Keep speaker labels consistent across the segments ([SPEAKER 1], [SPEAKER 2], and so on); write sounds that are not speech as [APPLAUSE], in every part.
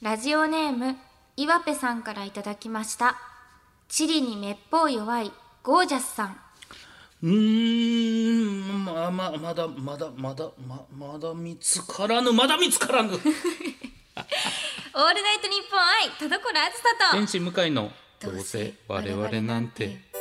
[SPEAKER 1] ラジオネーム岩ペさんからいただきました地理にめっぽう弱いゴージャスさん
[SPEAKER 2] うーんまままだまだまだままだ見つからぬまだ見つから
[SPEAKER 1] [LAUGHS]
[SPEAKER 2] ぬ
[SPEAKER 1] オールナイトニッポン愛田所あずさ
[SPEAKER 2] 天
[SPEAKER 1] と
[SPEAKER 2] 使向かいの
[SPEAKER 1] ど
[SPEAKER 2] ど
[SPEAKER 1] う
[SPEAKER 2] う
[SPEAKER 1] せ
[SPEAKER 2] せ
[SPEAKER 1] 我
[SPEAKER 2] 我
[SPEAKER 1] 々
[SPEAKER 2] 々
[SPEAKER 1] な
[SPEAKER 2] なんん
[SPEAKER 1] て
[SPEAKER 2] て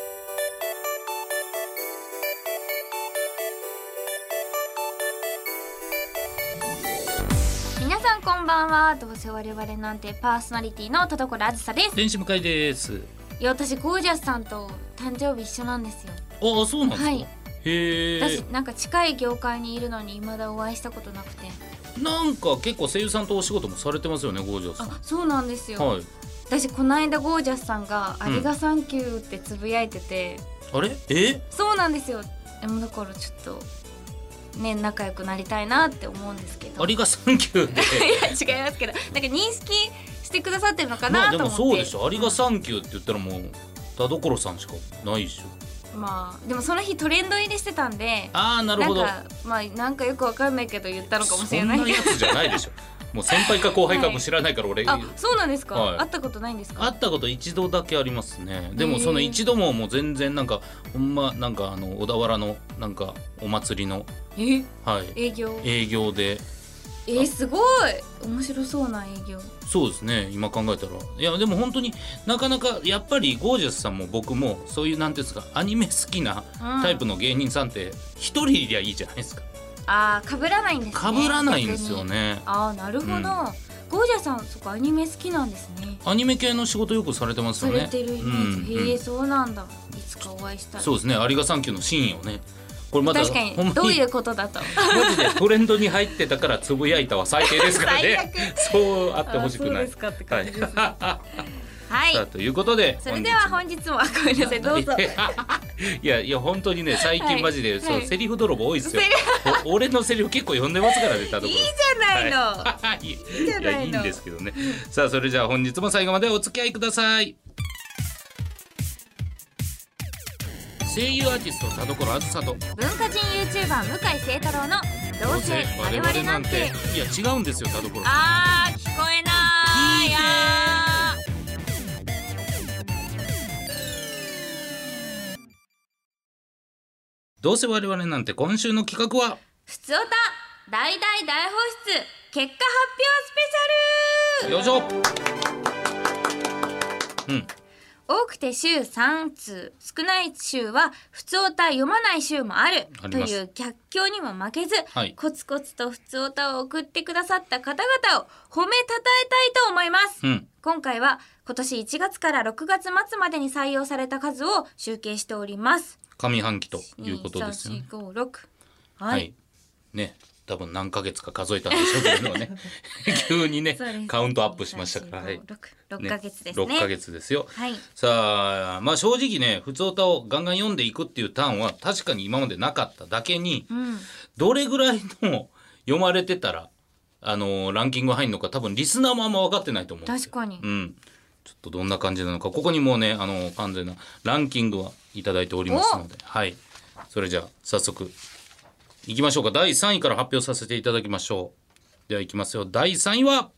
[SPEAKER 1] 皆さんこんばんはどうせ我々なんてパーソナリティの田所あずさです
[SPEAKER 2] 天使向かいです
[SPEAKER 1] いや私ゴージャスさんと誕生日一緒なんですよ
[SPEAKER 2] ああそうなんですか、
[SPEAKER 1] はい
[SPEAKER 2] へ
[SPEAKER 1] 私
[SPEAKER 2] え
[SPEAKER 1] なんか近い業界にいるのに未だお会いしたことなくて
[SPEAKER 2] なんか結構声優さんとお仕事もされてますよねゴージャスさ
[SPEAKER 1] あそうなんですよ、
[SPEAKER 2] んはい
[SPEAKER 1] 私この間ゴージャスさんが「ありがサンキュー」ってつぶやいてて、
[SPEAKER 2] あれえ
[SPEAKER 1] そうなんですよでもだからちょっとね仲良くなりたいなって思うんですけど
[SPEAKER 2] ありがサンキューで
[SPEAKER 1] [LAUGHS] いや違いますけどなんか認識してくださってる [LAUGHS] のか
[SPEAKER 2] ま
[SPEAKER 1] な
[SPEAKER 2] あ
[SPEAKER 1] と
[SPEAKER 2] で
[SPEAKER 1] 思って、
[SPEAKER 2] もそうでしょありがサンキューって言ったらもう田所さんしかないでしょ
[SPEAKER 1] まあでもその日トレンド入りしてたんで
[SPEAKER 2] ああなるほど
[SPEAKER 1] んかまあなんかよくわかんないけど言ったのかもしれない
[SPEAKER 2] そんな
[SPEAKER 1] けど
[SPEAKER 2] やつじゃないでしょもう先輩か後輩かも知らないから俺、
[SPEAKER 1] あそうなんですか、
[SPEAKER 2] はい
[SPEAKER 1] 会ったことないんですか
[SPEAKER 2] 会ったこと一度だけありますねで
[SPEAKER 1] へ
[SPEAKER 2] も
[SPEAKER 1] ー
[SPEAKER 2] その一度ももう全然なんかほんまなんかあの小田原のなんかお祭りの
[SPEAKER 1] え
[SPEAKER 2] はい
[SPEAKER 1] 営業
[SPEAKER 2] 営業で
[SPEAKER 1] えー、すごい面白そうな営業
[SPEAKER 2] そうですね今考えたらいやでも本当になかなかやっぱりゴージャスさんも僕もそういうなんていうんですかアニメ好きなタイプの芸人さんって一人でゃいいじゃないですか
[SPEAKER 1] あー被らないんですね
[SPEAKER 2] 被らないんですよ
[SPEAKER 1] 逆に
[SPEAKER 2] ね
[SPEAKER 1] ああなるほど、
[SPEAKER 2] うん
[SPEAKER 1] ゴージャさんそっかアニメ好きなんですね
[SPEAKER 2] アニメ系の仕事よくされてます
[SPEAKER 1] さ
[SPEAKER 2] よね
[SPEAKER 1] れてるイメージ、
[SPEAKER 2] うんうん
[SPEAKER 1] へえそうなんだいつかお会いしたい
[SPEAKER 2] そうですね有賀三級のシーンをねこれまた
[SPEAKER 1] 確か
[SPEAKER 2] ほんま
[SPEAKER 1] にどういうことだと
[SPEAKER 2] マ [LAUGHS] ジでトレンドに入ってたからつぶやいたは最低です
[SPEAKER 1] [LAUGHS]
[SPEAKER 2] からねそうあってほしくない
[SPEAKER 1] かって
[SPEAKER 2] はい、
[SPEAKER 1] ね
[SPEAKER 2] さ
[SPEAKER 1] はい、
[SPEAKER 2] あということで
[SPEAKER 1] それでは本日もあごめんなさいど
[SPEAKER 2] [LAUGHS]
[SPEAKER 1] うぞ
[SPEAKER 2] いやいや本当にね最
[SPEAKER 1] はい
[SPEAKER 2] 近マジで、そう
[SPEAKER 1] はい
[SPEAKER 2] セリフ泥棒多いですよ
[SPEAKER 1] セ
[SPEAKER 2] お俺のセリフ結構読んでますからね田所
[SPEAKER 1] いいじゃないの、
[SPEAKER 2] はい、い
[SPEAKER 1] じゃないの
[SPEAKER 2] やいいんですけどねさあそれじゃあ本日も最後までお付き合いください声優アーティスト田所あずさと
[SPEAKER 1] 文化人 YouTuber 向井聖太郎のどうせ我々なんて
[SPEAKER 2] いや違うんですよ田所さん
[SPEAKER 1] あー聞こえない
[SPEAKER 2] いいね
[SPEAKER 1] あー
[SPEAKER 2] どうせ我々なんて今週の企画は
[SPEAKER 1] ふつおた大大大放出結果発表スペシャル
[SPEAKER 2] よいしょうん
[SPEAKER 1] 多くて週3通少ない週は普通歌読まない週もある
[SPEAKER 2] あり
[SPEAKER 1] と
[SPEAKER 2] ます
[SPEAKER 1] いう逆境にも負けず、
[SPEAKER 2] はい
[SPEAKER 1] コツコツと普通歌を送ってくださった方々を褒めたたえたいと思います、
[SPEAKER 2] うん
[SPEAKER 1] 今回は今年1月から6月末までに採用された数を集計しております
[SPEAKER 2] 上半期ということですよね
[SPEAKER 1] 2345はい、
[SPEAKER 2] はいね多分何ヶ月か数えたんでしょうけれども
[SPEAKER 1] [LAUGHS]
[SPEAKER 2] ね急にね
[SPEAKER 1] そうです
[SPEAKER 2] カウントアップしましたからはい
[SPEAKER 1] 六六ヶ月ですね
[SPEAKER 2] 6ヶ月ですよ
[SPEAKER 1] はい
[SPEAKER 2] さあまあ正直ね普通歌をガンガン読んでいくっていうターンは確かに今までなかっただけに
[SPEAKER 1] うん
[SPEAKER 2] どれぐらいの読まれてたらあのーランキング入るのか多分リスナーもあんま分かってないと思うんですよ
[SPEAKER 1] 確かに
[SPEAKER 2] うん、ちょっとどんな感じなのかここにもうねあの完全なランキングはいただいておりますので、はい、それじゃあ早速いきましょうか第3位から発表させていただきましょうではいきますよ第3位は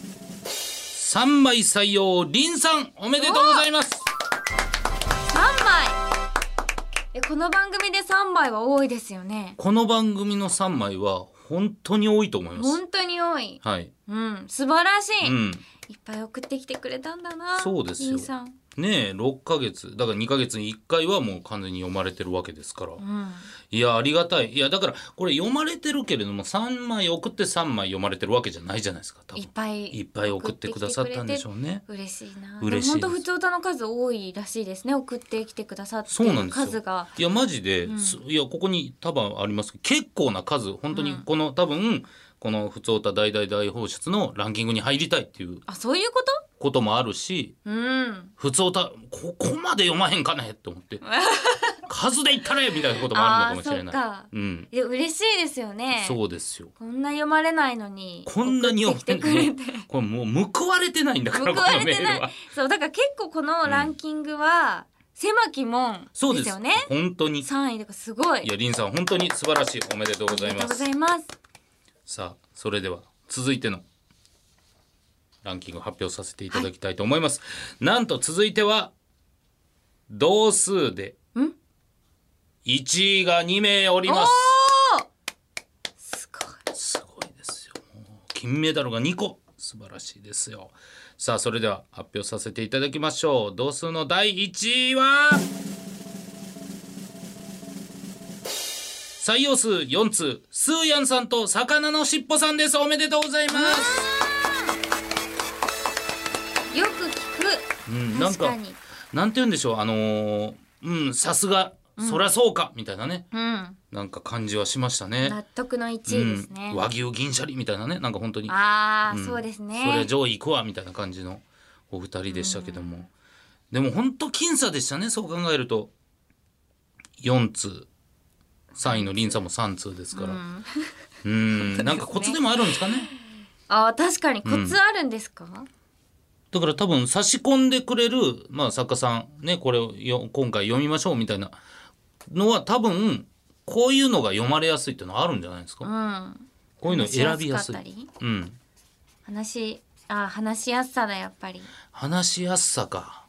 [SPEAKER 2] 3枚採用りんさんおめでとうございます
[SPEAKER 1] 3枚えこの番組で3枚は多いですよね
[SPEAKER 2] この番組の3枚は本当に多いと思います
[SPEAKER 1] 本当に多い
[SPEAKER 2] はい、
[SPEAKER 1] うん素晴らしい、
[SPEAKER 2] うん、
[SPEAKER 1] いっぱい送ってきてくれたんだな
[SPEAKER 2] そうですよ
[SPEAKER 1] 兄さん
[SPEAKER 2] ねえ6ヶ月だから2ヶ月に1回はもう完全に読まれてるわけですから、
[SPEAKER 1] うん
[SPEAKER 2] いやありがたいいやだからこれ読まれてるけれども3枚送って3枚読まれてるわけじゃないじゃないですか多分
[SPEAKER 1] いっぱい
[SPEAKER 2] いっぱい送ってくださったんでし
[SPEAKER 1] う
[SPEAKER 2] ょうね
[SPEAKER 1] 嬉しいな
[SPEAKER 2] 嬉しいです
[SPEAKER 1] でも本当普通歌の数多いらしいですね送ってきてくださって
[SPEAKER 2] そうな
[SPEAKER 1] る
[SPEAKER 2] んですよ
[SPEAKER 1] 数が
[SPEAKER 2] いやマジで、すいやここに多分ありますけど結構な数本当にこの、多分この「ふつおた大大大放出」のランキングに入りたいっていう
[SPEAKER 1] あそういうこ
[SPEAKER 2] こともあるし
[SPEAKER 1] とうん
[SPEAKER 2] 「ふつおたここまで読まへんかね」って思って
[SPEAKER 1] [LAUGHS]
[SPEAKER 2] 数でいったねみたいなこともあるのかもしれない。
[SPEAKER 1] あーそうか
[SPEAKER 2] うん、
[SPEAKER 1] いや嬉しいですよね
[SPEAKER 2] そうですよ
[SPEAKER 1] こんな読まれないのに
[SPEAKER 2] こんなに
[SPEAKER 1] 送ってきてくれて
[SPEAKER 2] これもう報われてないんだから
[SPEAKER 1] 報われ
[SPEAKER 2] このメ
[SPEAKER 1] て
[SPEAKER 2] ール
[SPEAKER 1] な。
[SPEAKER 2] はい
[SPEAKER 1] そうだから結構このランキングは狭き門
[SPEAKER 2] そうで
[SPEAKER 1] ですすよね。
[SPEAKER 2] 本当に。い
[SPEAKER 1] 三位だからすごい。あ
[SPEAKER 2] や、リンさん、本当に素晴らしい。おめでとうござ
[SPEAKER 1] り
[SPEAKER 2] い
[SPEAKER 1] がと
[SPEAKER 2] ま
[SPEAKER 1] うご
[SPEAKER 2] す。
[SPEAKER 1] ざいます。
[SPEAKER 2] さあ、それでは、続いてのランキング発表させていただきたいと思います、なんと続いては同数で
[SPEAKER 1] ん
[SPEAKER 2] 1位が2名おり
[SPEAKER 1] お
[SPEAKER 2] ます
[SPEAKER 1] ーすごい
[SPEAKER 2] すごいですよ。もう金メダルが2個。素晴らしいですよ。さあ、それでは発表させていただきましょう。同数の第1位は。採用数4通、スーヤンさんと魚のしっぽさんです。おめでとうございます。
[SPEAKER 1] よく聞く、
[SPEAKER 2] うんなん
[SPEAKER 1] 確
[SPEAKER 2] か
[SPEAKER 1] かに
[SPEAKER 2] なんて言うんでしょう。あのーうん、さすが、そらそうか、みたいなね。
[SPEAKER 1] うん
[SPEAKER 2] なんか感じはしましたね。
[SPEAKER 1] 納得の1位ですね、
[SPEAKER 2] うん、和牛銀シャリみたいなね。なんか本当に。
[SPEAKER 1] ああ、
[SPEAKER 2] ん
[SPEAKER 1] そうですね
[SPEAKER 2] それ上位行くわみたいな感じのお二人でしたけども、でも本当僅差でしたねそう考えると4通3位のリンさんも3通ですからうんなんかコツでもあるんですかね
[SPEAKER 1] ああ確かにコツあるんですか、
[SPEAKER 2] だから多分差し込んでくれる、まあ、作家さんねこれをよ今回読みましょうみたいなのは多分こういうのが読まれやすいっていうのはあるんじゃないですか、
[SPEAKER 1] うん
[SPEAKER 2] こういうの選びやす
[SPEAKER 1] 話しやす
[SPEAKER 2] い
[SPEAKER 1] かっ
[SPEAKER 2] うん
[SPEAKER 1] 話しあー話しやすさだやっぱり
[SPEAKER 2] 話しやすさか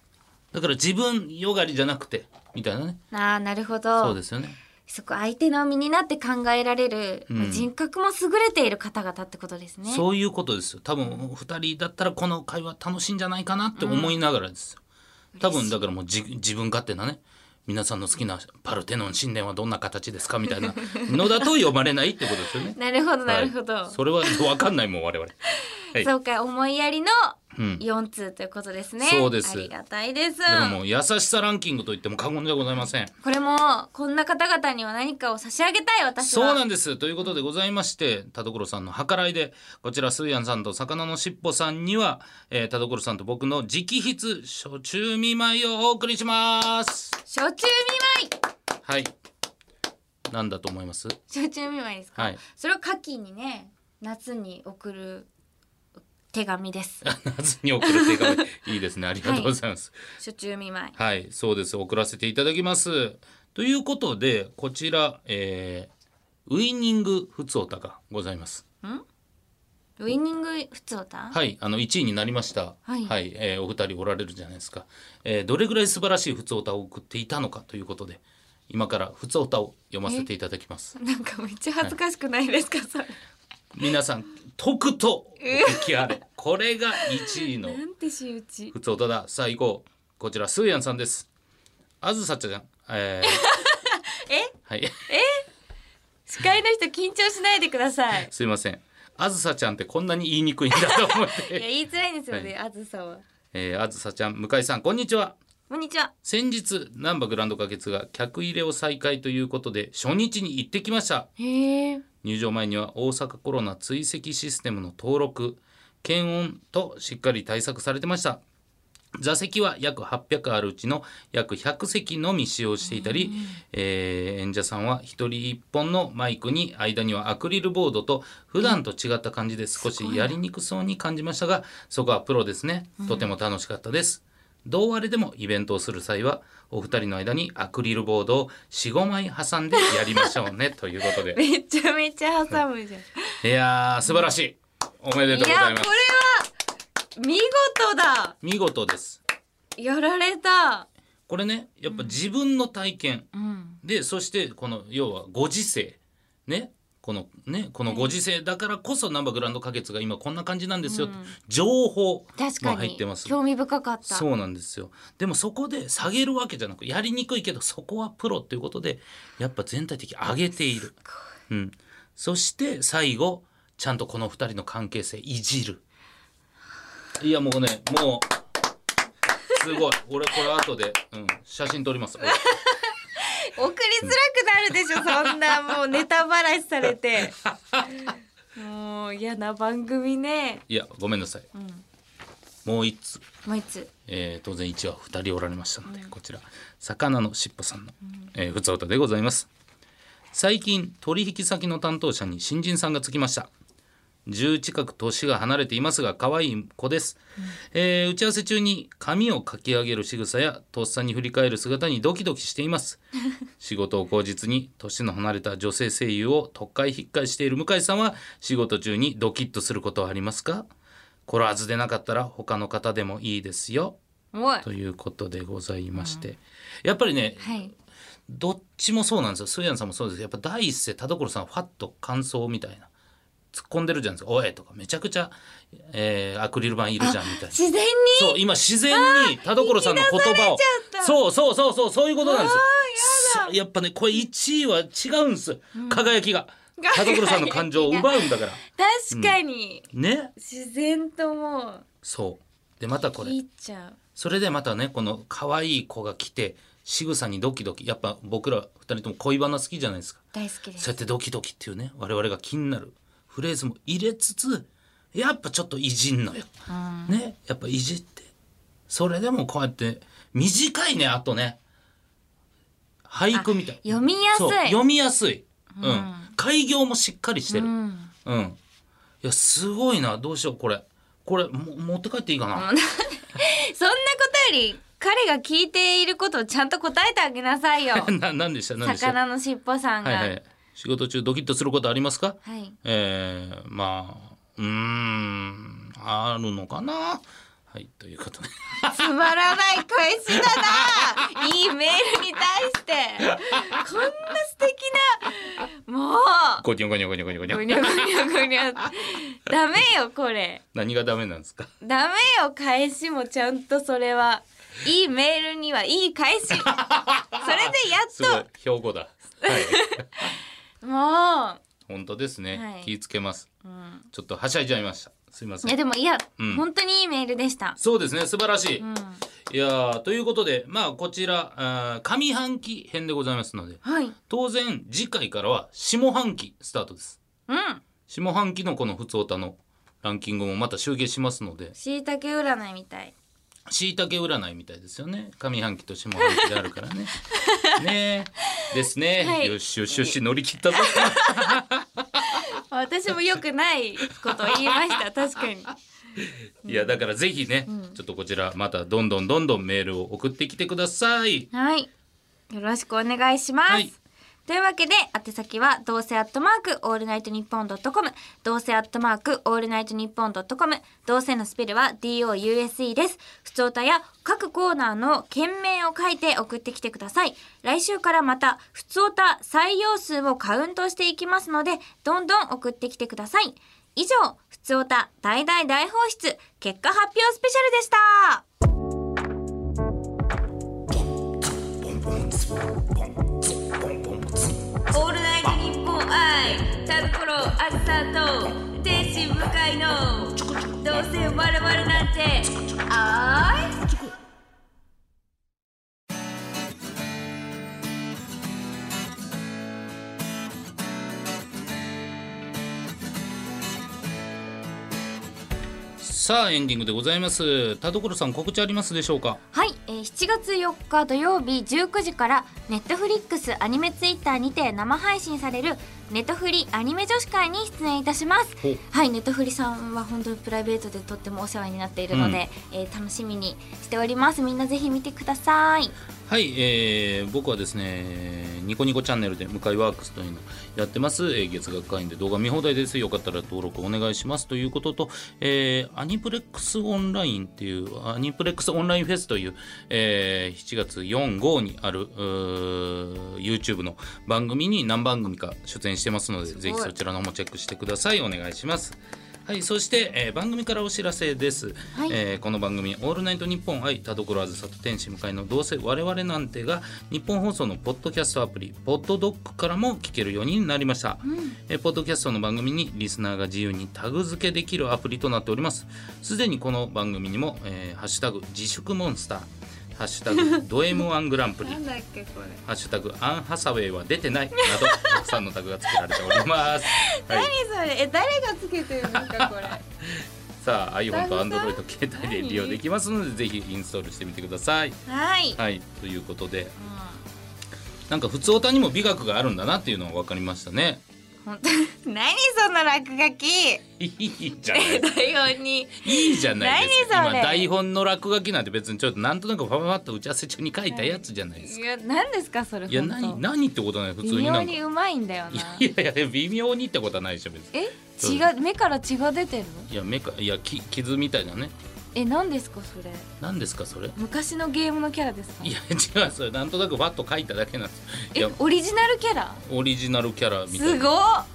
[SPEAKER 2] だから自分よがりじゃなくてみたいなね
[SPEAKER 1] ああなるほ
[SPEAKER 2] そ
[SPEAKER 1] ど
[SPEAKER 2] うですよね
[SPEAKER 1] そこ相手の身になって考えられる、まあ人格も優れている方々ってことですね
[SPEAKER 2] そういうことですよ多分2人だったらこの会話楽しいんじゃないかなって思いながらですよ、多分だからもうじ自分勝手なね皆さんの好きなパルテノン神殿はどんな形ですかみ
[SPEAKER 1] [LAUGHS]
[SPEAKER 2] たいなのだと呼ばれないってことですよね
[SPEAKER 1] なるほど [LAUGHS] なるほど、
[SPEAKER 2] はい
[SPEAKER 1] そ
[SPEAKER 2] それは分かんないもん我々、はい、
[SPEAKER 1] うか思いやりの
[SPEAKER 2] うん
[SPEAKER 1] 4通ということですね、
[SPEAKER 2] そうです
[SPEAKER 1] ありがたいです
[SPEAKER 2] だからもう優しさランキングと言っても過言ではございません
[SPEAKER 1] これもこんな方々には何かを差し上げたい私は
[SPEAKER 2] そうなんですということでございまして田所さんの計らいでこちらスーヤンさんと魚のしっぽさんには、えー田所さんと僕の直筆初中見舞いをお送りします
[SPEAKER 1] 焼酎見舞い
[SPEAKER 2] はいなんだと思います
[SPEAKER 1] 焼酎見舞いですか、
[SPEAKER 2] はい
[SPEAKER 1] それを夏季にね夏に送る手紙です
[SPEAKER 2] 夏に送る手紙いいですねありがとうございます
[SPEAKER 1] 焼酎見舞い
[SPEAKER 2] はい、そうです送らせていただきますということでこちら、えーウイニングふつおたがございます
[SPEAKER 1] ウイニング普通だ、
[SPEAKER 2] はい、あの1位になりました、
[SPEAKER 1] はい
[SPEAKER 2] えーお二人おられるじゃないですか、えーどれぐらい素晴らしいふつおたを送っていたのかということで今からふつおたを読ませていただきます
[SPEAKER 1] なんかめっちゃ恥ずかしくないですか、それ
[SPEAKER 2] 皆さんとくとお聞きあれこれが1位の
[SPEAKER 1] なんて仕打ち
[SPEAKER 2] ふつおただ最後こちらスーヤンさんですあずさちゃん、えー
[SPEAKER 1] [LAUGHS] え
[SPEAKER 2] はい、 [LAUGHS]
[SPEAKER 1] 司会の人緊張しないでくださ
[SPEAKER 2] [LAUGHS]
[SPEAKER 1] い
[SPEAKER 2] すいませんあずさちゃんってこんなに言いにくいんだと思っ
[SPEAKER 1] いや
[SPEAKER 2] て、
[SPEAKER 1] 言いづらいんですよね、あずさは
[SPEAKER 2] えーあずさちゃん向井さんこんにちは
[SPEAKER 1] こんにちは
[SPEAKER 2] 先日難波グランド花月が客入れを再開ということで初日に行ってきました
[SPEAKER 1] へえ
[SPEAKER 2] 入場前には大阪コロナ追跡システムの登録検温としっかり対策されてました座席は約800あるうちの約100席のみ使用していたり、えー演者さんは1人1本のマイクに間にはアクリルボードと普段と違った感じで少しやりにくそうに感じましたがそこはプロですねとても楽しかったです、どうあれでもイベントをする際はお二人の間にアクリルボードを45枚挟んでやりましょうねということで
[SPEAKER 1] めちゃめちゃ挟むじゃん
[SPEAKER 2] いやー素晴らしいおめでとうご
[SPEAKER 1] いや
[SPEAKER 2] ざい
[SPEAKER 1] これ
[SPEAKER 2] ま
[SPEAKER 1] は
[SPEAKER 2] す
[SPEAKER 1] 見事だ
[SPEAKER 2] 見事です
[SPEAKER 1] やられた
[SPEAKER 2] これねやっぱ自分の体験、
[SPEAKER 1] うん
[SPEAKER 2] でそしてこの要はご時世ねこのねこのご時世だからこそナンバーグランド花月が今こんな感じなんですよ、情報
[SPEAKER 1] 確か
[SPEAKER 2] も
[SPEAKER 1] に
[SPEAKER 2] 入ってます
[SPEAKER 1] 興味深かった
[SPEAKER 2] そうなんですよでもそこで下げるわけじゃなくやりにくいけどそこはプロということでやっぱ全体的に上げているうん、そして最後ちゃんとこの2人の関係性いじるいやもうねもうすごい俺これ後で、うん、写真撮ります
[SPEAKER 1] 送りづらくなるでしょそんなもうネタばらしされ
[SPEAKER 2] [LAUGHS]
[SPEAKER 1] てもう嫌な番組ね
[SPEAKER 2] いやごめんなさい、もう1つ
[SPEAKER 1] もういつ
[SPEAKER 2] えー当然1話2人おられましたので、こちら魚のしっぽさんの、えー、ふつおたでございます最近取引先の担当者に新人さんがつきました10近く年が離れていますが可愛い子です、えー打ち合わせ中に髪をかき上げる仕草やとっさに振り返る姿にドキドキしています仕事を口実に年の離れた女性声優を特会引っかいしている向井さんは仕事中にドキッとすることはありますかこれはずでなかったら他の方でもいいですよ
[SPEAKER 1] おい
[SPEAKER 2] ということでございまして、やっぱりね
[SPEAKER 1] はい
[SPEAKER 2] どっちもそうなんですよスーヤンさんもそうですやっぱ第一声田所さんファッと感想みたいな突っ込んでるじゃないですか「おい!」とかめちゃくちゃ、えーアクリル板いるじゃんみたいな
[SPEAKER 1] 自然に
[SPEAKER 2] そう今自然に田所さんの言葉を
[SPEAKER 1] 引き出されちゃった
[SPEAKER 2] そうそうそうそうそういうことなんですよそうやっぱねこれ1位は違うんです、輝きが田所さんの感情を奪うんだから
[SPEAKER 1] 確かに、
[SPEAKER 2] ね
[SPEAKER 1] 自然とも
[SPEAKER 2] そうでまたこ
[SPEAKER 1] う
[SPEAKER 2] れ
[SPEAKER 1] いっちゃう
[SPEAKER 2] それでまたねこの可愛い子が来て仕草にドキドキやっぱ僕ら2人とも恋バナ好きじゃないですか
[SPEAKER 1] 大好きで
[SPEAKER 2] そう
[SPEAKER 1] す
[SPEAKER 2] やってドキドキっていうね我々が気になるフレーズも入れつつやっぱちょっといじんのよ、
[SPEAKER 1] うん
[SPEAKER 2] ねやっぱいじってそれでもこうやって短いねあとね俳句みたい
[SPEAKER 1] あ読みやすい
[SPEAKER 2] そう読みやすい、うん
[SPEAKER 1] うん
[SPEAKER 2] 開業もしっかりして
[SPEAKER 1] う
[SPEAKER 2] るうん、
[SPEAKER 1] ん [LAUGHS]
[SPEAKER 2] いやすごいなどうしようこれこれも持って帰っていいかな、
[SPEAKER 1] そんなことより彼が聞いていることをちゃんと答えてあげなさい
[SPEAKER 2] [LAUGHS]
[SPEAKER 1] よ
[SPEAKER 2] ななんでしたなんでした
[SPEAKER 1] 魚のしっぽさんが
[SPEAKER 2] はいはい仕事中ドキッとすることありますか
[SPEAKER 1] はい
[SPEAKER 2] えー、まあうーんあるのかなはいということで [LAUGHS]
[SPEAKER 1] つまらない返しだないいメールに対してこんな素敵なもう
[SPEAKER 2] ゴニョゴニョゴニョゴニョゴ
[SPEAKER 1] ぐ
[SPEAKER 2] ニョ
[SPEAKER 1] にゃぐにゃぐにゃダメよこれ
[SPEAKER 2] 何がダメなんです [LAUGHS] か
[SPEAKER 1] ダメよ返しもちゃんとそれはいいメールにはいい返しそれでや
[SPEAKER 2] [LAUGHS] すご
[SPEAKER 1] っ
[SPEAKER 2] い標語だはい
[SPEAKER 1] とも
[SPEAKER 2] 本当ですね、
[SPEAKER 1] はい
[SPEAKER 2] 気ぃつけます
[SPEAKER 1] う、うん、
[SPEAKER 2] ちょっとはしゃいじゃいましたすいませ
[SPEAKER 1] いや
[SPEAKER 2] ん
[SPEAKER 1] でもいや、
[SPEAKER 2] うん
[SPEAKER 1] 本当にいいメールでした、
[SPEAKER 2] そうですね素晴らしい、
[SPEAKER 1] うん、
[SPEAKER 2] いやーということでまあこちらあー上半期編でございますので
[SPEAKER 1] はい
[SPEAKER 2] 当然次回からは下半期スタートです
[SPEAKER 1] うん
[SPEAKER 2] 下半期のこのふつおたのランキングもまた集計しますので
[SPEAKER 1] しいたけ占いみたい
[SPEAKER 2] しいたけ占いみたいですよね上半期と下半期であるから
[SPEAKER 1] [LAUGHS]
[SPEAKER 2] ねねえですね、
[SPEAKER 1] はい
[SPEAKER 2] よしよしよし乗り切ったぞ
[SPEAKER 1] 私も良くないことを言いました確かに
[SPEAKER 2] いやだからぜひね、ちょっとこちらまたどんどんどんどんメールを送ってきてください
[SPEAKER 1] はい。よろしくお願いします。
[SPEAKER 2] はい
[SPEAKER 1] というわけで、宛先は、どうせアットマーク、オールナイトニッポンドットコム、どうせアットマーク、オールナイトニッポンドットコム、どうせのスペルは DOUSE です。不調歌や各コーナーの件名を書いて送ってきてください。来週からまた、不調歌採用数をカウントしていきますので、どんどん送ってきてください。以上、ふつおた大大大放出結果発表スペシャルでした。オールナイトニッポン愛タルコロアルサーと天使向かいのどうせ我々なんてあーい
[SPEAKER 2] さあエンディングでございます田所さん告知ありますでしょうか
[SPEAKER 1] はい、えー7月4日土曜日19時からネットフリックスアニメツイッターにて生配信されるネットフリアニメ女子会に出演いたします
[SPEAKER 2] ほう
[SPEAKER 1] はいネットフリさんは本当にプライベートでとってもお世話になっているので、えー楽しみにしておりますみんなぜひ見てください
[SPEAKER 2] はい、えー僕はですねニコニコチャンネルで向井ワークスというのをやってます、えー月額会員で動画見放題ですよかったら登録お願いしますということと、えーアニプレックスオンラインっていうアニプレックスオンラインフェスという、えー7月4、5にあるうー YouTube の番組に何番組か出演してますので
[SPEAKER 1] ごい
[SPEAKER 2] ぜひそちらの方もチェックしてくださいお願いしますはい、そして、えー番組からお知らせです、
[SPEAKER 1] はい
[SPEAKER 2] えーこの番組「オールナイトニッポン愛田所あずさと天使向かいのどうせ我々なんて」が日本放送のポッドキャストアプリ「ポッドドック」からも聞けるようになりました、えーポッドキャストの番組にリスナーが自由にタグ付けできるアプリとなっておりますすでにこの番組にも、えーハッシュタグ自粛モンスター」「ハッシュ
[SPEAKER 1] [LAUGHS]
[SPEAKER 2] タグド M1 グランプリ」
[SPEAKER 1] だっけこれ
[SPEAKER 2] 「ハッシュタグアンハサウェイは出てない」などたくさんのタグが付けられてお
[SPEAKER 1] [LAUGHS]
[SPEAKER 2] ります、はい
[SPEAKER 1] 何それえ誰がつけてるんですかこ [LAUGHS] れは
[SPEAKER 2] さあ iPhone と
[SPEAKER 1] ダメだ
[SPEAKER 2] Android 携帯で利用できますのでぜひインストールしてみてください。 [LAUGHS]
[SPEAKER 1] い、
[SPEAKER 2] はいとい
[SPEAKER 1] [LAUGHS]
[SPEAKER 2] うことでなんか普通おたにも美学があるんだなっていうのは分かりましたね。
[SPEAKER 1] う本当に何その落書き
[SPEAKER 2] いいじゃない
[SPEAKER 1] 台本に
[SPEAKER 2] いいじゃないですか
[SPEAKER 1] 何それ
[SPEAKER 2] 今台本の落書きなんて別にちょっとなんとなくファファファっと打ち合わせ中に書いたやつじゃないです
[SPEAKER 1] い
[SPEAKER 2] か
[SPEAKER 1] や何ですかそれ
[SPEAKER 2] いや
[SPEAKER 1] 本当
[SPEAKER 2] 何何ってことない普
[SPEAKER 1] 微
[SPEAKER 2] 通にな
[SPEAKER 1] 妙
[SPEAKER 2] んかい
[SPEAKER 1] にうまいんだよな
[SPEAKER 2] やいやいや微妙にってことはないでしょ別に
[SPEAKER 1] え
[SPEAKER 2] そう
[SPEAKER 1] 血が目から血が出てるの
[SPEAKER 2] いや目かいやき傷みたいなね
[SPEAKER 1] え何ですかそれ
[SPEAKER 2] 何ですかそれ
[SPEAKER 1] 昔のゲームのキャラですか
[SPEAKER 2] いや違うそれなんとなくファッと書いただけなんです
[SPEAKER 1] え
[SPEAKER 2] よいや
[SPEAKER 1] オリジナルキャラ
[SPEAKER 2] オリジナルキャラみ
[SPEAKER 1] す
[SPEAKER 2] たい
[SPEAKER 1] ご
[SPEAKER 2] な
[SPEAKER 1] っ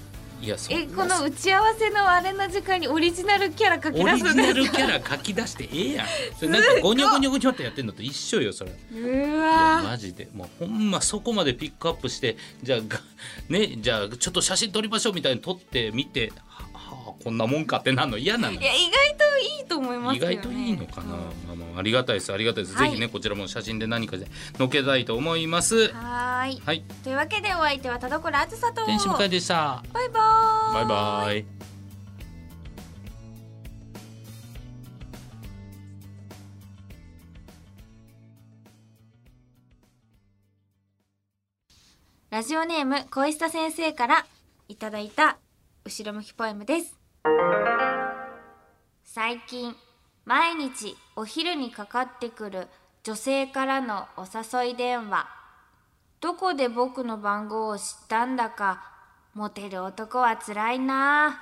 [SPEAKER 2] いやそんな
[SPEAKER 1] えこの打ち合わせのあれの時間にオリジナルキャラ書き
[SPEAKER 2] オリ
[SPEAKER 1] 出す
[SPEAKER 2] ジ
[SPEAKER 1] んで
[SPEAKER 2] ナ
[SPEAKER 1] す
[SPEAKER 2] ルキ
[SPEAKER 1] か
[SPEAKER 2] ャラ書き出してええやんそれなんかゴニョゴニョゴニョってやってんのと一緒よそれ
[SPEAKER 1] う
[SPEAKER 2] いや
[SPEAKER 1] わ
[SPEAKER 2] マジでもうほんまそこまでピックアップしてじゃあがねじゃあちょっと写真撮りましょうみたいに撮ってみてははあこんなもんかってなるの嫌なのよ
[SPEAKER 1] いや意外といいと思います
[SPEAKER 2] 意
[SPEAKER 1] けどね
[SPEAKER 2] 外といいのかな、
[SPEAKER 1] うん
[SPEAKER 2] まあまあ、ありがたいですありがたいです、
[SPEAKER 1] はい
[SPEAKER 2] ぜひねこちらも写真で何かで載っけたいと思いますは
[SPEAKER 1] はーい
[SPEAKER 2] い
[SPEAKER 1] というわけでお相手は田所あずさと
[SPEAKER 2] 天使迎えでした
[SPEAKER 1] バイバーイ
[SPEAKER 2] バイバイ
[SPEAKER 1] ラジオネーム小下先生からいただいた後ろ向きポエムです最近毎日お昼にかかってくる女性からのお誘い電話どこで僕の番号を知ったんだかモテる男はつらいな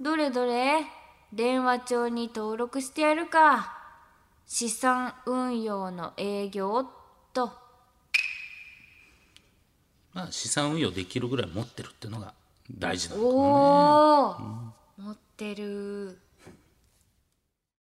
[SPEAKER 1] どれどれ電話帳に登録してやるか資産運用の営業っと。
[SPEAKER 2] まあ資産運用できるぐらい持ってるっていうのが大事なの
[SPEAKER 1] おお、持ってる